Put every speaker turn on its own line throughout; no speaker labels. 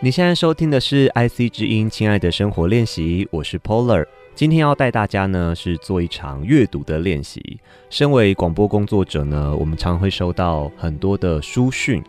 你现在收听的是 IC 之音，亲爱的生活练习，我是 Polar。今天要带大家呢是做一场阅读的练习。身为广播工作者呢，我们常会收到很多的书讯。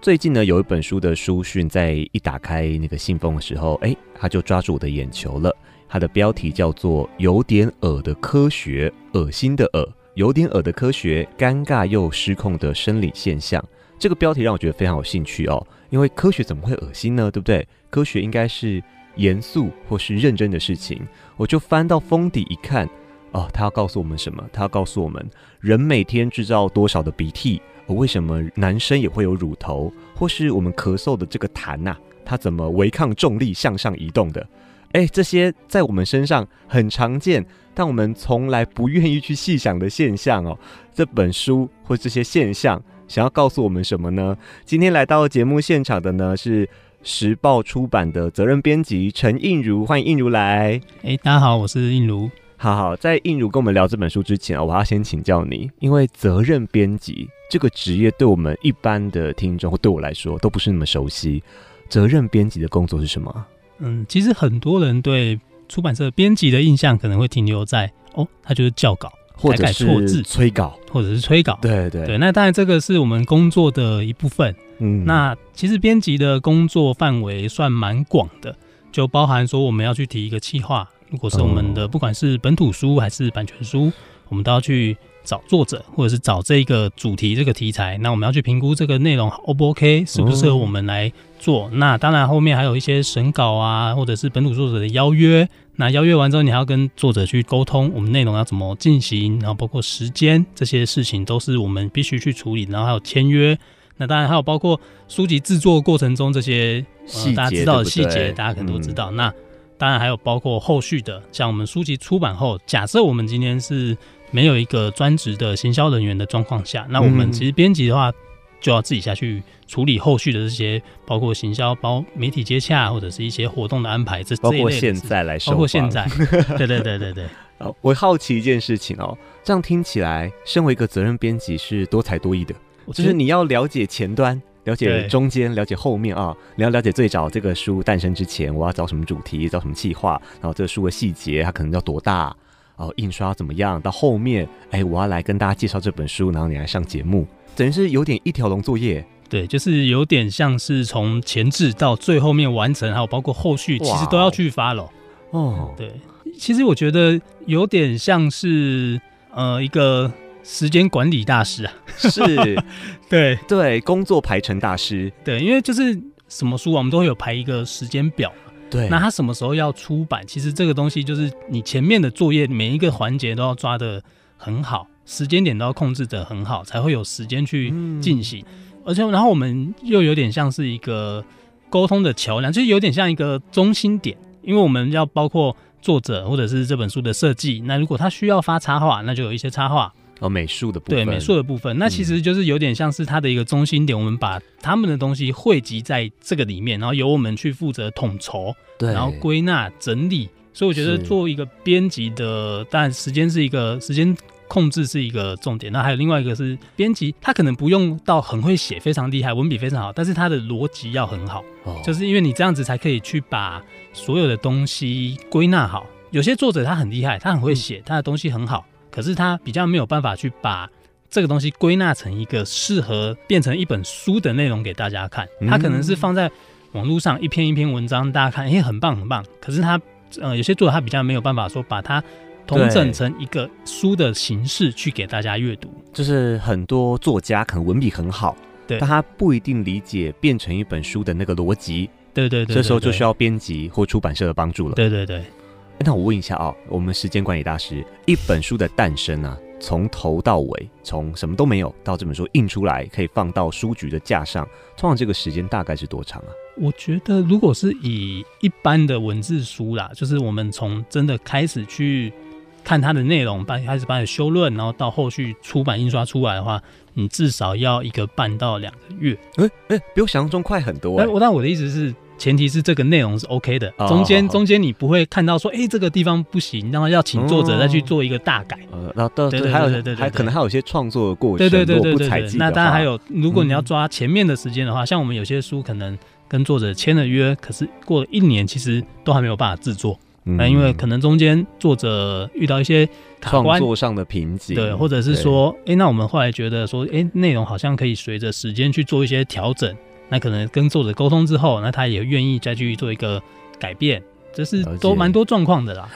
最近呢有一本书的书讯，在一打开那个信封的时候，哎，它就抓住我的眼球了。它的标题叫做《有点恶的科学》，恶心的恶，有点恶的科学，尴尬又失控的生理现象。这个标题让我觉得非常有兴趣哦，因为科学怎么会恶心呢？对不对？科学应该是严肃或是认真的事情。我就翻到封底一看，哦，他要告诉我们什么？他要告诉我们，人每天制造多少的鼻涕？哦、为什么男生也会有乳头？或是我们咳嗽的这个痰呐、啊，它怎么违抗重力向上移动的？哎，这些在我们身上很常见，但我们从来不愿意去细想的现象哦。这本书或这些现象。想要告诉我们什么呢？今天来到节目现场的呢是时报出版的责任编辑陈映如，欢迎映如来。
哎、欸，大家好，我是映如。
好好，在映如跟我们聊这本书之前啊，我要先请教你，因为责任编辑这个职业对我们一般的听众，对我来说都不是那么熟悉。责任编辑的工作是什么？
嗯，其实很多人对出版社编辑的印象可能会停留在哦，他就是校稿。
或者是催稿，
或者是催稿，
对对
对。那当然，这个是我们工作的一部分。嗯，那其实编辑的工作范围算蛮广的，就包含说我们要去提一个企划，如果是我们的、哦、不管是本土书还是版权书，我们都要去找作者，或者是找这个主题这个题材。那我们要去评估这个内容 O 不 OK，适不适合我们来做。哦、那当然，后面还有一些审稿啊，或者是本土作者的邀约。那邀约完之后，你还要跟作者去沟通，我们内容要怎么进行，然后包括时间这些事情都是我们必须去处理，然后还有签约。那当然还有包括书籍制作过程中这些、
呃、
大家知道的细
节，
大家可能都知道。嗯、那当然还有包括后续的，像我们书籍出版后，假设我们今天是没有一个专职的行销人员的状况下，那我们其实编辑的话。嗯就要自己下去处理后续的这些，包括行销、包媒体接洽，或者是一些活动的安排，这
包括现在来
包括现 在，对对对对对。
哦，我好奇一件事情哦，这样听起来，身为一个责任编辑是多才多艺的，就是你要了解前端，了解中间，了解后面啊，你要了解最早这个书诞生之前，我要找什么主题，找什么计划，然后这个书的细节，它可能要多大。哦，印刷怎么样？到后面，哎，我要来跟大家介绍这本书，然后你来上节目，等于是有点一条龙作业。
对，就是有点像是从前置到最后面完成，还有包括后续，其实都要去 follow。
哦，
对，其实我觉得有点像是呃一个时间管理大师啊，
是，
对
对，工作排程大师。
对，因为就是什么书啊，我们都会有排一个时间表。
对，
那他什么时候要出版？其实这个东西就是你前面的作业每一个环节都要抓的很好，时间点都要控制的很好，才会有时间去进行。嗯、而且，然后我们又有点像是一个沟通的桥梁，就是有点像一个中心点，因为我们要包括作者或者是这本书的设计。那如果他需要发插画，那就有一些插画。
哦，美术的部分嗯
对美术的部分，那其实就是有点像是它的一个中心点，嗯、我们把他们的东西汇集在这个里面，然后由我们去负责统筹，
对，
然后归纳整理。所以我觉得做一个编辑的，但时间是一个时间控制是一个重点。那还有另外一个是编辑，他可能不用到很会写，非常厉害，文笔非常好，但是他的逻辑要很好，
哦、
就是因为你这样子才可以去把所有的东西归纳好。有些作者他很厉害，他很会写，嗯、他的东西很好。可是他比较没有办法去把这个东西归纳成一个适合变成一本书的内容给大家看，
嗯
他可能是放在网络上一篇一篇文章大家看，哎、欸，很棒很棒。可是他呃有些作者他比较没有办法说把它统整成一个书的形式去给大家阅读，
就是很多作家可能文笔很好，
对，
但他不一定理解变成一本书的那个逻辑，
對對,对对对，
这时候就需要编辑或出版社的帮助了，
对对对。
那我问一下啊、哦，我们时间管理大师，一本书的诞生啊，从头到尾，从什么都没有到这本书印出来，可以放到书局的架上，通常这个时间大概是多长啊？
我觉得，如果是以一般的文字书啦，就是我们从真的开始去看它的内容，把开始把它修论，然后到后续出版印刷出来的话，你至少要一个半到两个月。
哎哎、欸欸，比我想象中快很多、欸。
但我但我的意思是。前提是这个内容是 OK 的，中间、哦、中间你不会看到说，哎、欸，这个地方不行，然后要请作者再去做一个大改。
呃、嗯，然后到
对对
对
对
还可能还有一些创作的过程，
对对对对
对。
那当然还有，如果你要抓前面的时间的话，嗯、像我们有些书可能跟作者签了约，可是过了一年，其实都还没有办法制作。那、
嗯
呃因为可能中间作者遇到一些卡
创
关，
作上的瓶颈，
对，或者是
对，
说，哎、那我们后来觉得说，哎、内容好像可以随着时间去做一些调整。那可能跟作者沟通之后，那他也愿意再去做一个改变，这是
了解
都蛮多状况的啦。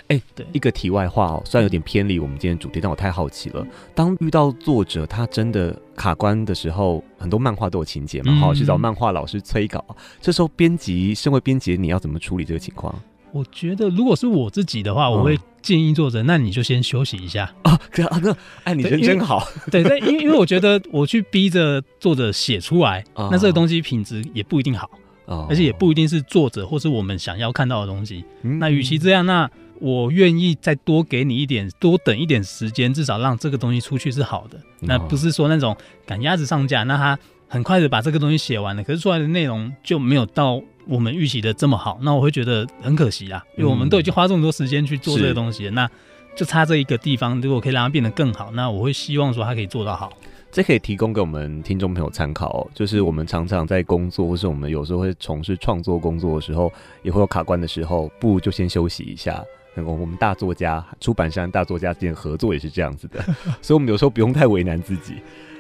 一个题外话哦，虽然有点偏离我们今天的主题，但我太好奇了。当遇到作者他真的卡关的时候，很多漫画都有情节嘛，
嗯
好、去找漫画老师催稿。这时候编辑，身为编辑，你要怎么处理这个情况
我觉得如果是我自己的话，我会
嗯
建议作者，那你就先休息一下。
啊？可啊，那哎，你
哦对
人
因为
真好，
对，但因为因为我觉得我去逼着作者写出来，
啊
那这个东西品质也不一定好，
哦
而且也不一定是作者或是我们想要看到的东西。
嗯
那与其这样，那我愿意再多给你一点，多等一点时间，至少让这个东西出去是好的。
嗯
那不是说那种赶鸭子上架，那他很快的把这个东西写完了，可是出来的内容就没有到我们预期的这么好，那我会觉得很可惜啦，因为我们都已经花这么多时间去做这个东西了，那就差这一个地方，如果可以让它变得更好，那我会希望说它可以做到好。
这可以提供给我们听众朋友参考、哦，就是我们常常在工
嗯
作，或是我们有时候会从事创作工作的时候，也会有卡关的时候，不如就先休息一下。那个我们大作家、出版商、大作家之间合作也是这样子 的，所以我们有时候不用太为难自己。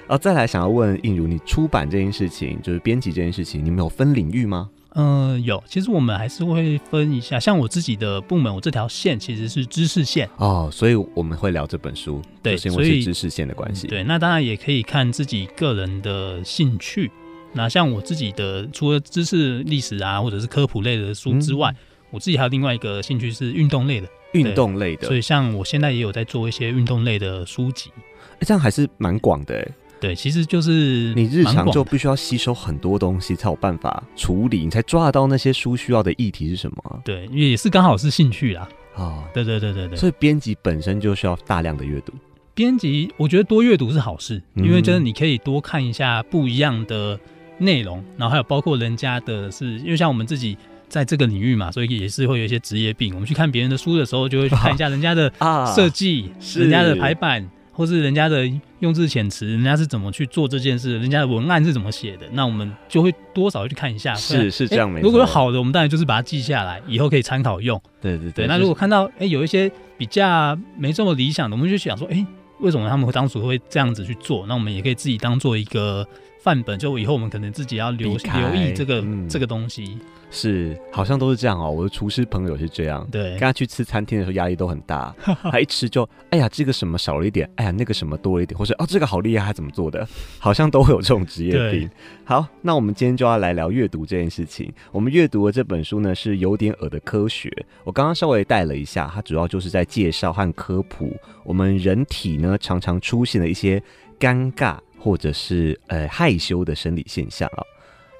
啊，再来想要问映如，你出版这件事情，就是编辑这件事情，你们有分领域吗？
嗯、有，其实我们还是会分一下，像我自己的部门，我这条线其实是知识线，
哦，所以我们会聊这本书，
对，
就是因
所
为
以
是知识线的关系。
嗯对，那当然也可以看自己个人的兴趣。那像我自己的，除了知识、历史啊，或者是科普类的书之外，
嗯
我自己还有另外一个兴趣是运动类的。
运动类的，
所以像我现在也有在做一些运动类的书籍。
诶这样还是蛮广的诶。
对，其实就是
你日
嗯蛮
常
广
就
的
必须要吸收很多东西，才有办法处理，你才抓得到那些书需要的议题是什么啊
对，因为也是刚好是兴趣啦。
哦
对对对对对。
所以编辑本身就需要大量的阅读，
编辑，我觉得多阅读是好事，
嗯
因为就是你可以多看一下不一样的内容，然后还有包括人家的是，因为像我们自己在这个领域嘛，所以也是会有一些职业病。我们去看别人的书的时候，就会去看一下人家的
啊
设计、
是
人家的排版，或是人家的用字遣词，人家是怎么去做这件事，人家的文案是怎么写的，那我们就会多少去看一下。
是是这样没错
如果有好的，我们当然就是把它记下来，以后可以参考用。
对对
对，那如果看到哎、诶有一些比较没这么理想的，我们就想说，哎、为什么他们会当初会这样子去做？那我们也可以自己当做一个范本，就以后我们可能自己要留
避开
留意这个、
嗯
这个东西。
是是好像都是这样哦。我的厨师朋友是这样，
对
跟，他去吃餐厅的时候压力都很大，他一吃就哎呀这个什么少了一点，哎呀那个什么多了一点，或者哦这个好厉害，他怎么做的？好像都会有这种职业病
对。
好，那我们今天就要来聊阅读这件事情。我们阅读的这本书呢是有点耳的科学，我刚刚稍微带了一下，它主要就是在介绍和科普我们人体呢常常出现的一些尴尬或者是呃害羞的生理现象啊、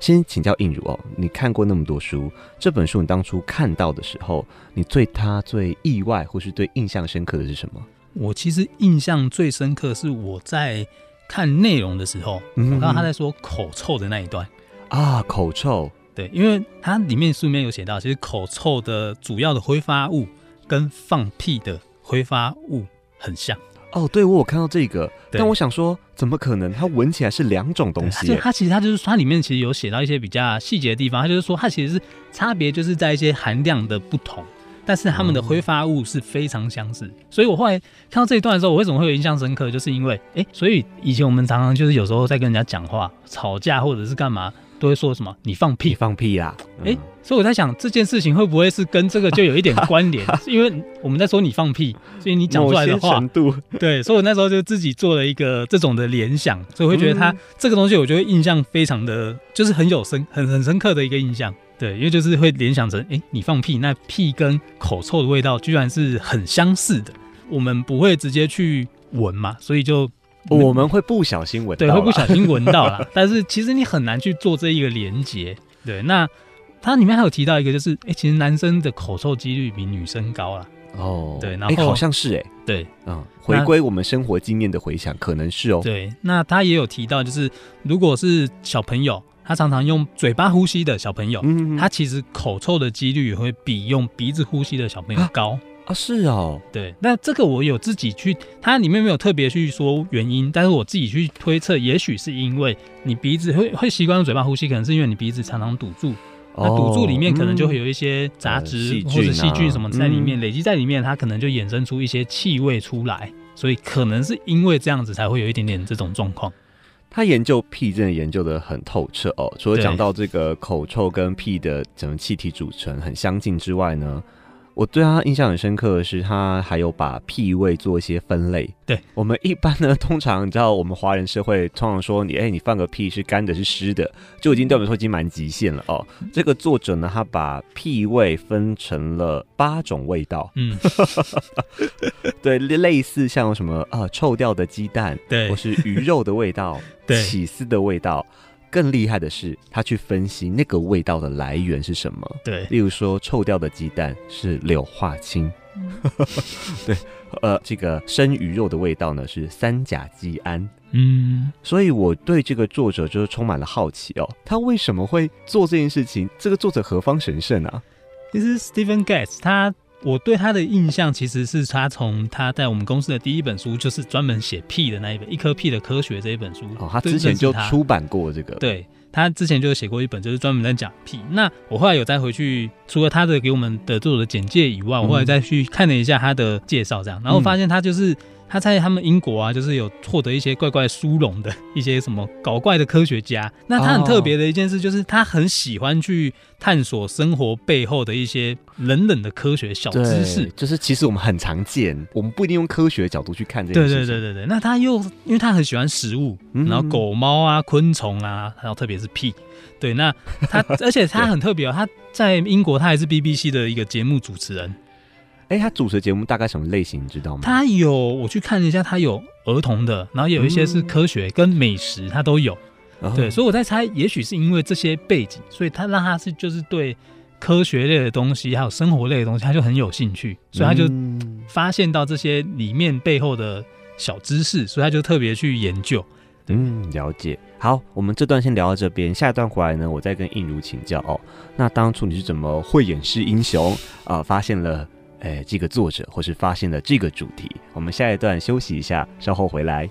先请教映如哦，你看过那么多书，这本书你当初看到的时候，你对它最意外或是最印象深刻的是什么？
我其实印象最深刻是我在看内容的时候，
嗯
我看到他在说口臭的那一段。
啊，口臭
对，因为它里面书里面有写到，其实口臭的主要的挥发物跟放屁的挥发物很像。
哦，对我有看到这个，
对
但我想说，怎么可能？它闻起来是两种
对
东西
它就
耶。
它其实它就是它里面其实有写到一些比较细节的地方，它就是说它其实是差别就是在一些含量的不同，但是它们的挥
嗯
发物是非常相似。所以我后来看到这一段的时候，我为什么会有印象深刻，就是因为哎、诶所以以前我们常常就是有时候在跟人家讲话、吵架或者是干嘛，都会说什么 你 放
你
屁。
放屁啦！
哎、
嗯
所以我在想这件事情会不会是跟这个就有一点关 联，是因为我们在说你放屁，所以你讲出来的
某些
话
程度
对，所以我那时候就自己做了一个这种的联想，所以我会觉得他
嗯
这个东西，我就会印象非常的，就是很有深、很很深刻的一个印象。对，因为就是会联想成，哎、你放屁，那屁跟口臭的味道居然是很相似的。我们不会直接去闻嘛，所以就
我们会不小心闻到
对
啦，
会不小心闻到啦。但是其实你很难去做这一个连接。对，那它里面还有提到一个，就是哎、诶其实男生的口臭几率比女生高啦。
哦。
对然
诶
后
好像是哎，
对，
嗯，回归我们生活经验的回想，可能是哦。
对，那他也有提到，就是如果是小朋友，他常常用嘴巴呼吸的小朋友，
嗯
他其实口臭的几率也会比用鼻子呼吸的小朋友高。
啊是哦，
对，那这个我有自己去，它里面没有特别去说原因，但是我自己去推测，也许是因为你鼻子会会习惯用嘴巴呼吸，可能是因为你鼻子常常堵住，那赌注里面可能就会有一些杂
呃哦
质
细
或者
菌
细
啊
菌什么在里面、
嗯
累积在里面，它可能就衍生出一些气味出来，所以可能是因为这样子才会有一点点这种状况。
他研究屁真的研究的很透彻哦，除了
对
讲到这个口臭跟屁的整个气体组成很相近之外呢，我对他印象很深刻的是，他还有把屁味做一些分类。
对
我们一般呢，通常你知道我们华人社会通常说你哎、你放个屁是干的是湿的，就已经对我们说已经蛮极限了哦。这个作者呢，他把屁味分成了八种味道，
嗯，
对，类类似像什么啊臭掉的鸡蛋，
对，
或是鱼肉的味道
对
起司的味道。更厉害的是，他去分析那个味道的来源是什么。
对，
例如说，臭掉的鸡蛋是硫化氢， 对，呃，这个生鱼肉的味道呢是三甲基胺。
嗯，
所以我对这个作者就是充满了好奇哦，他为什么会做这件事情？这个作者何方神圣啊？
其实 Stephen Gates 他。我对他的印象其实是他从他在我们公司的第一本书，就是专门写屁的那一本《一颗屁的科学》这一本书。
哦，他
对
之前
认识
就
他
出版过这个，
对他之前就有写过一本，就是专门在讲屁。那我后来有再回去，除了他的给我们的作者的简介以外，我后来再去看了一下他的介绍，这样，然后发现他就是。他在他们英国啊，就是有获得一些怪怪殊荣的一些什么搞怪的科学家。那他很特别的一件事就是，他很喜欢去探索生活背后的一些冷冷的科学小
对，
知识。
就是其实我们很常见，我们不一定用科学角度去看这件
对
事情。
对对对对，那他又因为他很喜欢食物，
嗯
然后狗、猫啊、昆虫啊，还有特别是屁，对， 那他而且他很特别哦，他在英国他还是 BBC 的一个节目主持人，
哎、他主持节目大概什么类型，你知道吗？
他有我去看了一下，他有儿童的，然后也有一些是
嗯
科学跟美食，他都有，
哦
对，所以我在猜，也许是因为这些背景，所以他让他是就是对科学类的东西还有生活类的东西，他就很有兴趣，所以他就
嗯
发现到这些里面背后的小知识，所以他就特别去研究。
嗯了解。好，我们这段先聊到这边，下一段回来呢，我再跟映如请教哦。那当初你是怎么慧眼识英雄啊、发现了哎、这个作者，或是发现了这个主题？我们下一段休息一下，稍后回来。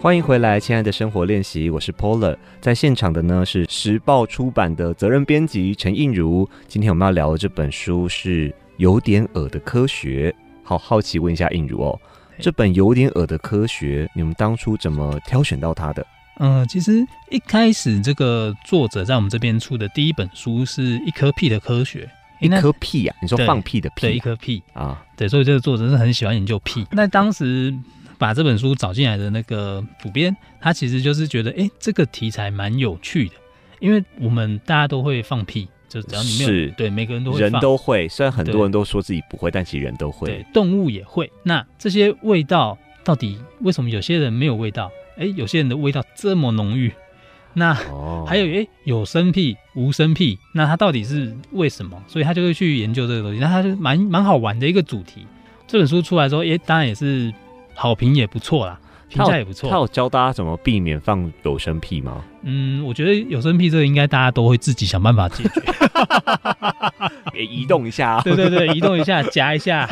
欢迎回来，亲爱的生活练习，我是 Polar，在现场的呢是时报出版的责任编辑陈映如。今天我们要聊的这本书是《有点恶的科学》，好好奇问一下映如哦，
嘿
这本《有点恶的科学》，你们当初怎么挑选到它的？
嗯，其实一开始这个作者在我们这边出的第一本书是一颗屁的科学，
一
因为
颗屁呀、你说
对
放屁的
对一
屁
颗屁，
啊？
对，所以这个作者是很喜欢研究屁。那当时把这本书找进来的那个主编，他其实就是觉得，哎、这个题材蛮有趣的，因为我们大家都会放屁，就只要你没
是
有对每个人都会
人
放，
都会，虽然很
对
多人都说自己不会，但其实人都
对
会。
动物也会。那这些味道到底为什么有些人没有味道？哎、有些人的味道这么浓郁，那
哦
还有诶、有生僻无生僻，那它到底是为什么？所以他就会去研究这个东西，那他就蛮蛮好玩的一个主题。这本书出来之后，诶、当然也是好评也不错啦，评价也不
他
错。
有教大家怎么避免放有声屁 吗？
嗯，我觉得有生僻这个应该大家都会自己想办法解决。
也移动一下、啊，
对对对，移动一下，夹一下，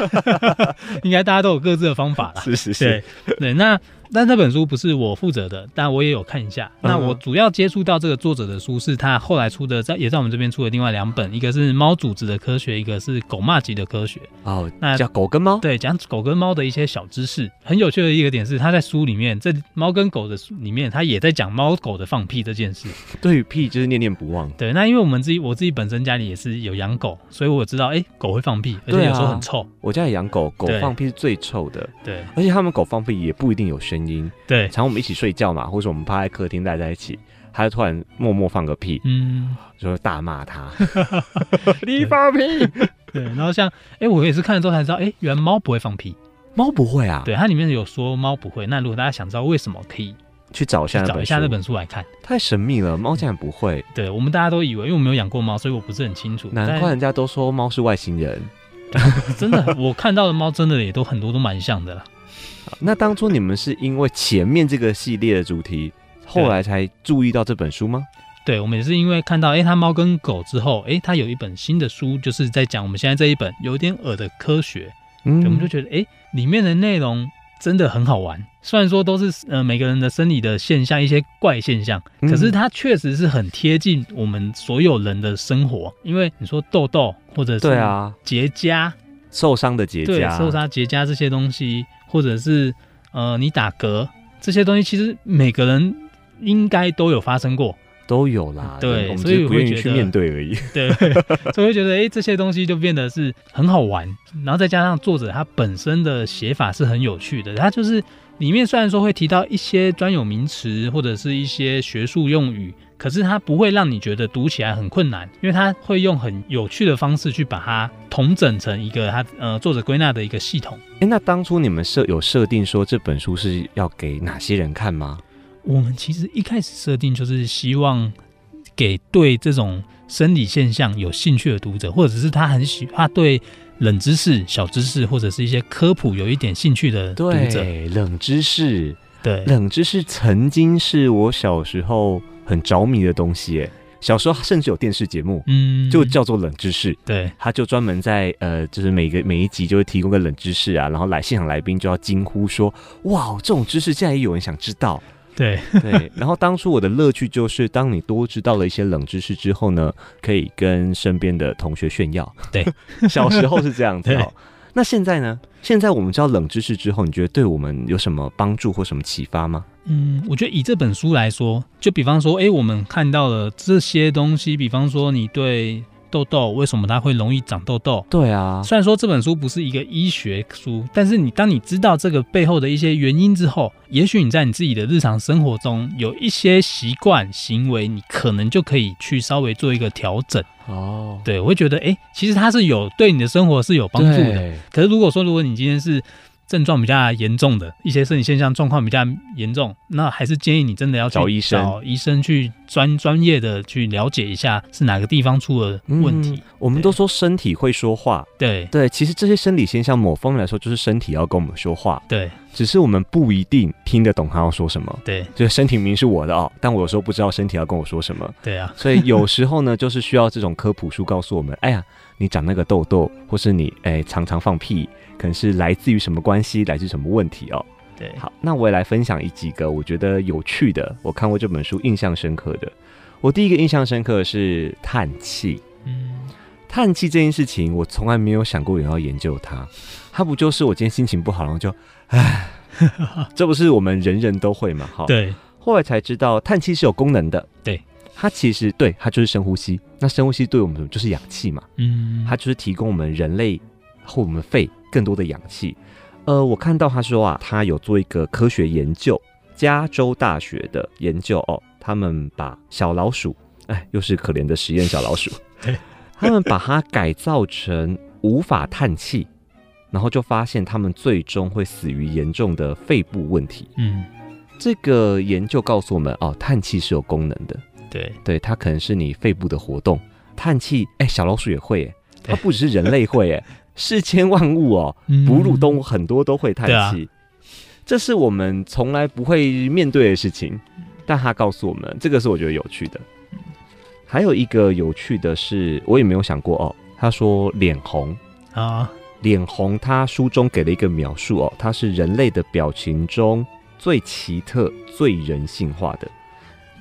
应该大家都有各自的方法啦。
是是是
对，对，那但这本书不是我负责的，但我也有看一下。那
嗯
我主要接触到这个作者的书是他后来出的，在也在我们这边出的另外两本，一个是《猫组织的科学》，一个是《狗骂级的科学》。
哦，
那
叫狗跟猫。
对，讲狗跟猫的一些小知识。很有趣的一个点是，他在书里面，这猫跟狗的书里面，他也在讲猫狗的放屁这件事。
对于屁就是念念不忘。
对，那因为我们自己我自己本身家里也是有养狗，所以我知道，哎、狗会放屁，而
对
且
啊
有时候很臭。
我家也养狗，狗
对
放屁是最臭的，
对
而且他们狗放屁也不一定有声音。
对，
常我们一起睡觉嘛，或者我们趴在客厅待在一起，它就突然默默放个屁，
嗯，
就会大骂 它，你放屁！
对。然后像，哎、我也是看了之后才知道，哎、原来猫不会放屁。
猫不会啊，
对，它里面有说猫不会。那如果大家想知道为什么，可以
去找一
去
下那
找
本
一下那
书
本书来看。
太神秘了，猫竟然不会，
对我们大家都以为，因为我没有养过猫，所以我不是很清楚。
难怪人家都说猫是外星人。
但真的，我看到的猫真的也都很多都蛮像的啦。
好那当初你们是因为前面这个系列的主题，后来才注意到这本书吗？
对，我们也是因为看到，哎，它猫跟狗之后，哎，它有一本新的书，就是在讲我们现在这一本有点耳的科学，对我们就觉得，哎，里面的内容真的很好玩。虽然说都是呃每个人的生理的现象，一些怪现象，
嗯
可是它确实是很贴近我们所有人的生活。因为你说痘痘或者
对
是
啊，
结痂，
受伤的结
对
痂，
受伤结痂这些东西，或者是呃你打嗝这些东西，其实每个人应该都有发生过。
都有啦。
嗯对
我们
所
只
以
是
我
不
会
愿意
觉
去
得
面对而已。
对，所以会觉得哎、诶这些东西就变得是很好玩，然后再加上作者他本身的写法是很有趣的，他就是里面虽然说会提到一些专有名词或者是一些学术用语，可是他不会让你觉得读起来很困难，因为他会用很有趣的方式去把它统整成一个他呃作者归纳的一个系统。
哎，那当初你们设有设定说这本书是要给哪些人看吗？
我们其实一开始设定就是希望给对这种生理现象有兴趣的读者，或者是他很喜他对冷知识、小知识或者是一些科普有一点兴趣的读者。
对，冷知识，
对
冷知识曾经是我小时候很着迷的东西。哎，小时候甚至有电视节目，
嗯，
就叫做冷知识。
对
他就专门在呃，就是每个每一集就会提供个冷知识啊，然后来现场来宾就要惊呼说：“哇，这种知识竟然也有人想知道！”
对
对，然后当初我的乐趣就是，当你多知道了一些冷知识之后呢，可以跟身边的同学炫耀。
对，
小时候是这 样子、哦
对。
那现在呢？现在我们知道冷知识之后，你觉得对我们有什么帮助或什么启发吗？
嗯，我觉得以这本书来说，就比方说，哎，我们看到了这些东西，比方说你对痘痘为什么它会容易长痘痘，
对啊，
虽然说这本书不是一个医学书，但是你当你知道这个背后的一些原因之后，也许你在你自己的日常生活中有一些习惯行为，你可能就可以去稍微做一个调整。
哦，
对我会觉得，哎、其实它是有对你的生活是有帮助的。
对。
可是如果说如果你今天是症状比较严重的一些生理现象状况比较严重，那还是建议你真的要去
找医生
找医生去专专业的去了解一下是哪个地方出了问题。
嗯我们都说身体会说话，
对
对，其实这些生理现象某方面来说，就是身体要跟我们说话，
对
只是我们不一定听得懂他要说什么。
对
就是身体明明是我的哦，但我有时候不知道身体要跟我说什么。
对啊，
所以有时候呢，就是需要这种科普书告诉我们，哎呀，你长那个痘痘，或是你哎常常放屁，可能是来自于什么关系，来自什么问题哦。
对。
好，那我也来分享一几个我觉得有趣的，我看过这本书印象深刻的。我第一个印象深刻的是叹气，
嗯，
叹气这件事情，我从来没有想过有人要研究它。它不就是我今天心情不好，然后就唉，这不是我们人人都会嘛？哈，
对
后来才知道叹气是有功能的。
对，
它其实对它就是深呼吸。那深呼吸对我们就是氧气嘛，
嗯，
它就是提供我们人类或我们肺更多的氧气。呃，我看到他说啊，他有做一个科学研究，加州大学的研究哦，他们把小老鼠，哎，又是可怜的实验小 老鼠
对，
他们把它改造成无法叹气，然后就发现他们最终会死于严重的肺部问题。
嗯，
这个研究告诉我们哦，叹气是有功能的，
对
对，它可能是你肺部的活动。叹气，哎，小老鼠也会，哎，它
对
不只是人类 会，哎，世间万物哦，
嗯
哺乳动物很多都会叹
对啊
气，这是我们从来不会面对的事情，但它告诉我们，这个是我觉得有趣的。还有一个有趣的是，我也没有想过哦，他说脸红，
啊，
脸红，它书中给了一个描述哦，它是人类的表情中最奇特、最人性化的。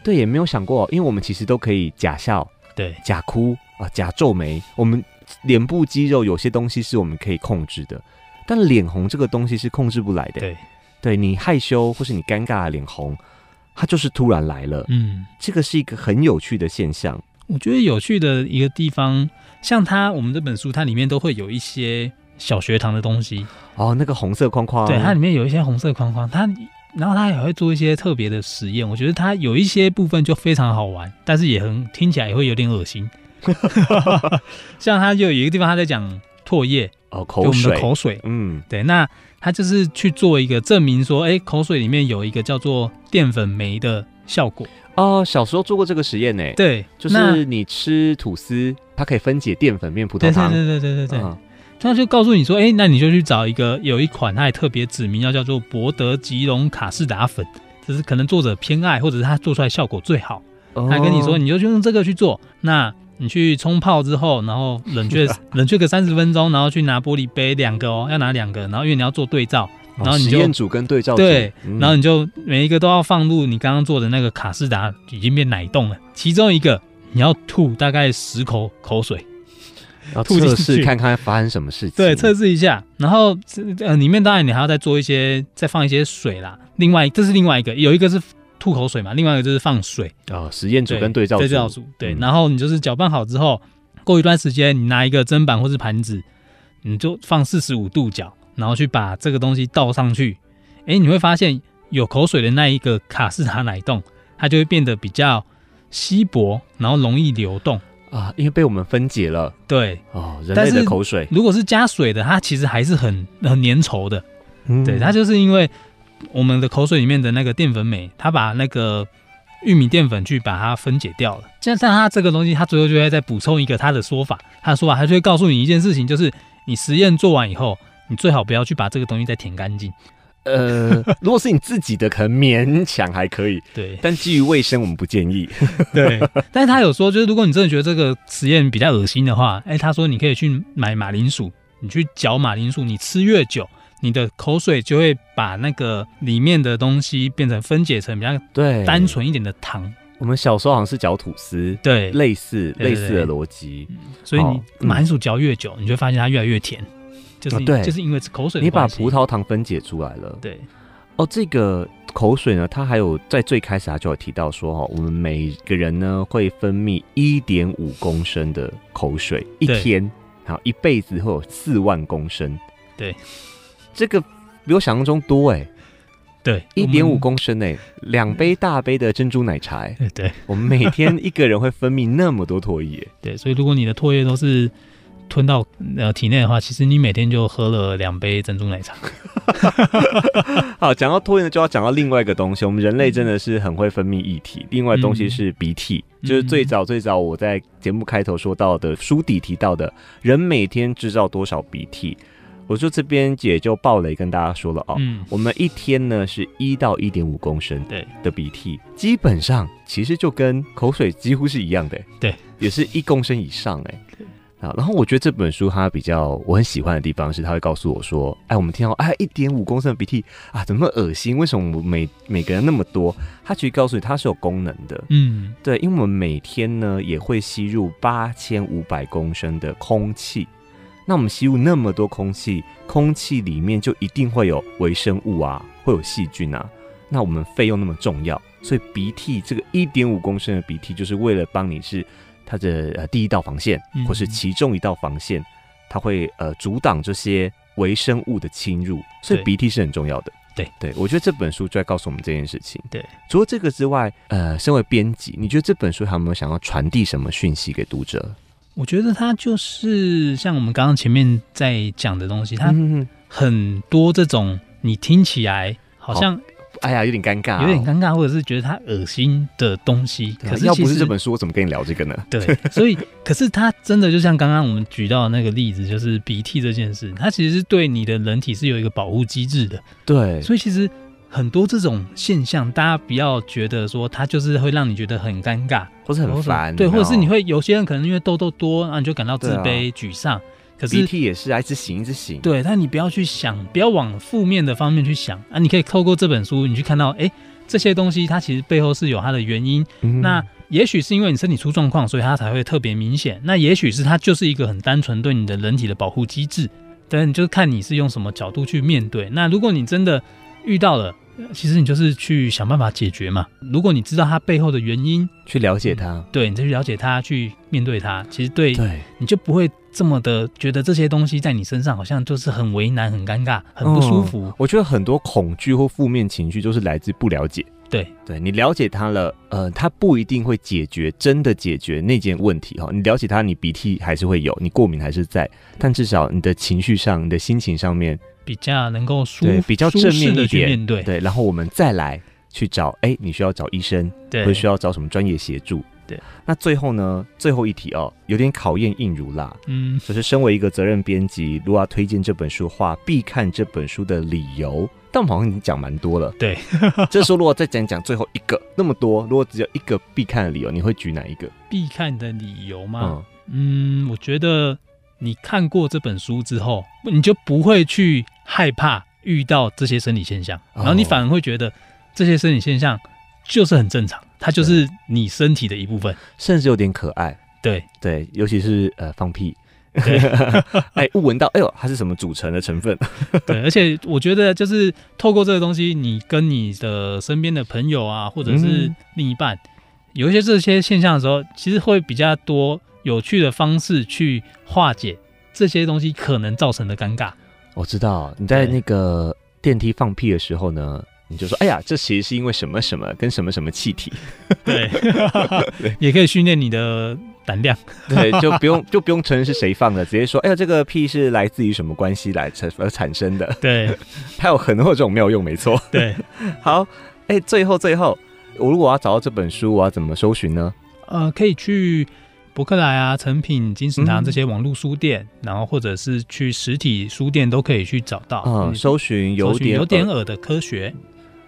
对，也没有想过哦，因为我们其实都可以假笑、
对
假哭啊、假皱眉，我们脸部肌肉有些东西是我们可以控制的，但脸红这个东西是控制不来的。
对，
对你害羞或是你尴尬的脸红，它就是突然来了，
嗯，
这个是一个很有趣的现象。
我觉得有趣的一个地方，像它我们这本书它里面都会有一些小学堂的东西，
哦，那个红色框框，
对，它里面有一些红色框框，它然后它也会做一些特别的实验，我觉得它有一些部分就非常好玩，但是也很听起来也会有点恶心， 像它就有一个地方它在讲唾液，
哦
就
口
我们的
水，
口水，
嗯，
对，那他就是去做一个证明说，哎，口水里面有一个叫做淀粉酶的效果。
哦，小时候做过这个实验呢，
对，
就
那
是你吃吐司，它可以分解淀粉变葡萄
对对
糖。
对对对对对，
嗯
他就告诉你说，哎、那你就去找一个有一款，它也特别指名要叫做博德吉隆卡士达粉，只是可能作者偏爱，或者是他做出来效果最好。他跟你
哦
说，你就用这个去做。那你去冲泡之后，然后 冷却冷却个三十分钟，然后去拿玻璃杯两个哦，要拿两个，然后因为你要做对照，
哦，
然后你
实
就
验组跟对照组，
对
嗯
然后你就每一个都要放入你刚刚做的那个卡士达，已经变奶冻了。其中一个你要吐大概十口口水，
要
吐进
测试
去
看看发生什么事情。
对，测试一下。然后呃，里面当然你还要再做一些，再放一些水啦。另外，这是另外一个，有一个是吐口水嘛，另外一个就是放水。
哦，实验组
对
跟对照
对照组，对，
嗯
然后你就是搅拌好之后，过一段时间，你拿一个砧板或是盘子，你就放四十五度角，然后去把这个东西倒上去，哎，你会发现有口水的那一个卡士达奶冻，它就会变得比较稀薄，然后容易流动。
啊，因为被我们分解了
对，
哦，人
但
类的
是
口水，
如果是加水的，它其实还是很很粘稠的。
嗯
对，它就是因为我们的口水里面的那个淀粉酶，它把那个玉米淀粉去把它分解掉了。像但它这个东西，它最后就会再补充一个它的说法，它的说啊法它就会告诉你一件事情，就是你实验做完以后，你最好不要去把这个东西再舔干净。
呃，如果是你自己的，可能勉强还可以，
对
但基于卫生，我们不建议。
对，但是他有说，就是如果你真的觉得这个实验比较恶心的话，哎，他说你可以去买马铃薯，你去嚼马铃薯，你吃越久。你的口水就会把那个里面的东西变成分解成比较
对，
单纯一点的糖，
我们小时候好像是嚼吐司，
对，
类似
对
类
对
似的逻辑。
所以你
好嗯
马铃薯嚼越久，你就会发现它越来越甜，就是
啊对
就是因为口水的
你把
关系
葡萄糖分解出来了，
对
哦，这个口水呢，它还有在最开始它就有提到说，哦哈，我们每个人呢会分泌一点五公升的口水一
对
天，好，一辈子会有四万公升。
对，
这个比我想象中多哎，
对
一点五，
我
公升哎，两杯大杯的珍珠奶茶哎，
们对对
我们每天一个人会分泌那么多唾液哎，
对，所以如果你的唾液都是吞到呃体内的话，其实你每天就喝了两杯珍珠奶茶，
好，讲到唾液呢，就要讲到另外一个东西。我们人类真的是很会分泌液体，另外东西是鼻涕，
嗯
就是最早最早我在节目开头说到的，书底提到的，人每天制造多少鼻涕，我说这边也就爆雷跟大家说了哦。
嗯，
我们一天呢是一到一点五公升
对
的鼻涕，基本上其实就跟口水几乎是一样的，
对，
也是一公升以上哎。啊，然后我觉得这本书它比较我很喜欢的地方是，它会告诉我说，哎，我们听到哎一点五公升的鼻涕啊，怎么那么恶心？为什么我们每每个人那么多？它其实告诉你它是有功能的，
嗯
对，因为我们每天呢也会吸入八千五百公升的空气，那我们吸入那么多空气，空气里面就一定会有微生物啊，会有细菌啊。那我们肺又那么重要，所以鼻涕这个一点五公升的鼻涕，就是为了帮你是它的呃第一道防线，
嗯
或是其中一道防线，它会呃阻挡这些微生物的侵入，所以
对
鼻涕是很重要的。
对
对，我觉得这本书就在告诉我们这件事情。
对，
除了这个之外，呃，身为编辑，你觉得这本书还有没有想要传递什么讯息给读者？
我觉得它就是像我们刚刚前面在讲的东西，它
嗯，嗯
很多这种你听起来好像
哎呀，有点尴尬、
有点。尴尬，或者是觉得它恶心的东西，可是
啊要
其
不是
实
这本书，我怎么跟你聊这个呢？
对，所以可是它真的就像刚刚我们举到的那个例子，就是鼻涕这件事，它其实是对你的人体是有一个保护机制的。
对，
所以其实很多这种现象，大家不要觉得说它就是会让你觉得很尴尬，
或是很
或者
烦，哦
对，
有没
或
有
者是你会有些人可能因为痘痘多，啊，你就感到自
对
卑、沮丧。可
鼻
是
涕也是啊，一直醒一直醒。
对，但你不要去想，不要往负面的方面去想啊！你可以透过这本书，你去看到，哎，这些东西它其实背后是有它的原因，
嗯
那也许是因为你身体出状况，所以它才会特别明显。那也许是它就是一个很单纯对你的人体的保护机制，但你就是看你是用什么角度去面对。那如果你真的遇到了，呃其实你就是去想办法解决嘛。如果你知道它背后的原因，
去了解它。
对你再去了解它，去面对它，其实对
对，
你就不会这么的觉得这些东西在你身上好像就是很为难、很尴尬、很不舒服。
我觉得很多恐惧或负面情绪就是来自不了解。
对，
对你了解它了，呃，它不一定会解决真的解决那件问题哦哈。你了解它，你鼻涕还是会有，你过敏还是在，但至少你的情绪上、你的心情上面，
比较能够舒
对比较正面一
的去
点
面对，
对，然后我们再来去找，哎，你需要找医生，
对
会需要找什么专业协助，
对。
那最后呢，最后一题哦，有点考验硬如辣，
嗯，
就是身为一个责任编辑，如果要推荐这本书的话，必看这本书的理由。但我们好像已经讲蛮多了，
对。
这时候如果再讲讲最后一个那么多，如果只有一个必看的理由，你会举哪一个？
必看的理由吗？嗯，我觉得你看过这本书之后，你就不会去害怕遇到这些生理现象，然后你反而会觉得这些生理现象就是很正常，它就是你身体的一部分。
甚至有点可爱，
对
对，尤其是呃放屁，
对
哎，一闻到，哎呦，它是什么组成的成分？
对， 而且我觉得就是透过这个东西，你跟你的身边的朋友啊，或者是
嗯
另一半，有一些这些现象的时候，其实会比较多有趣的方式去化解这些东西可能造成的尴尬。
我知道你在
对
那个电梯放屁的时候呢，你就说，哎呀，这其实是因为什么什么跟什么什么气 体，
对，也可以训练你的胆量。
对，就不用就不用承认是谁放的，直接说，哎呀，这个屁是来自于什么关系来产而产生的，
对
它有很多这种妙用，没 错。
对，
好，哎，最后最后，我如果要找到这本书，我要怎么搜寻呢？
呃，可以去博客来啊、成品、金石堂
嗯
这些网络书店，然后或者是去实体书店都可以去找到。
嗯，搜寻有
搜寻
点
有点
耳
耳的科学，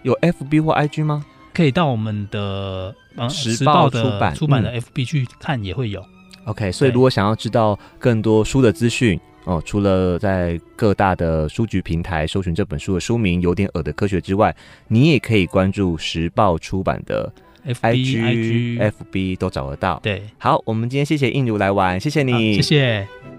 有 FB 或 IG 吗？
可以到我们的呃
时
时
报
报
出版嗯
的出版的 FB 去看，也会有。
OK，所以
对
如果想要知道更多书的资讯哦，除了在各大的书局平台搜寻这本书的书名《有点耳的科学》之外，你也可以关注时报出版的
FB、
IG、
IG，
FB 都找得到。
对，
好，我们今天谢谢印如来玩，谢谢
好
你，
谢谢。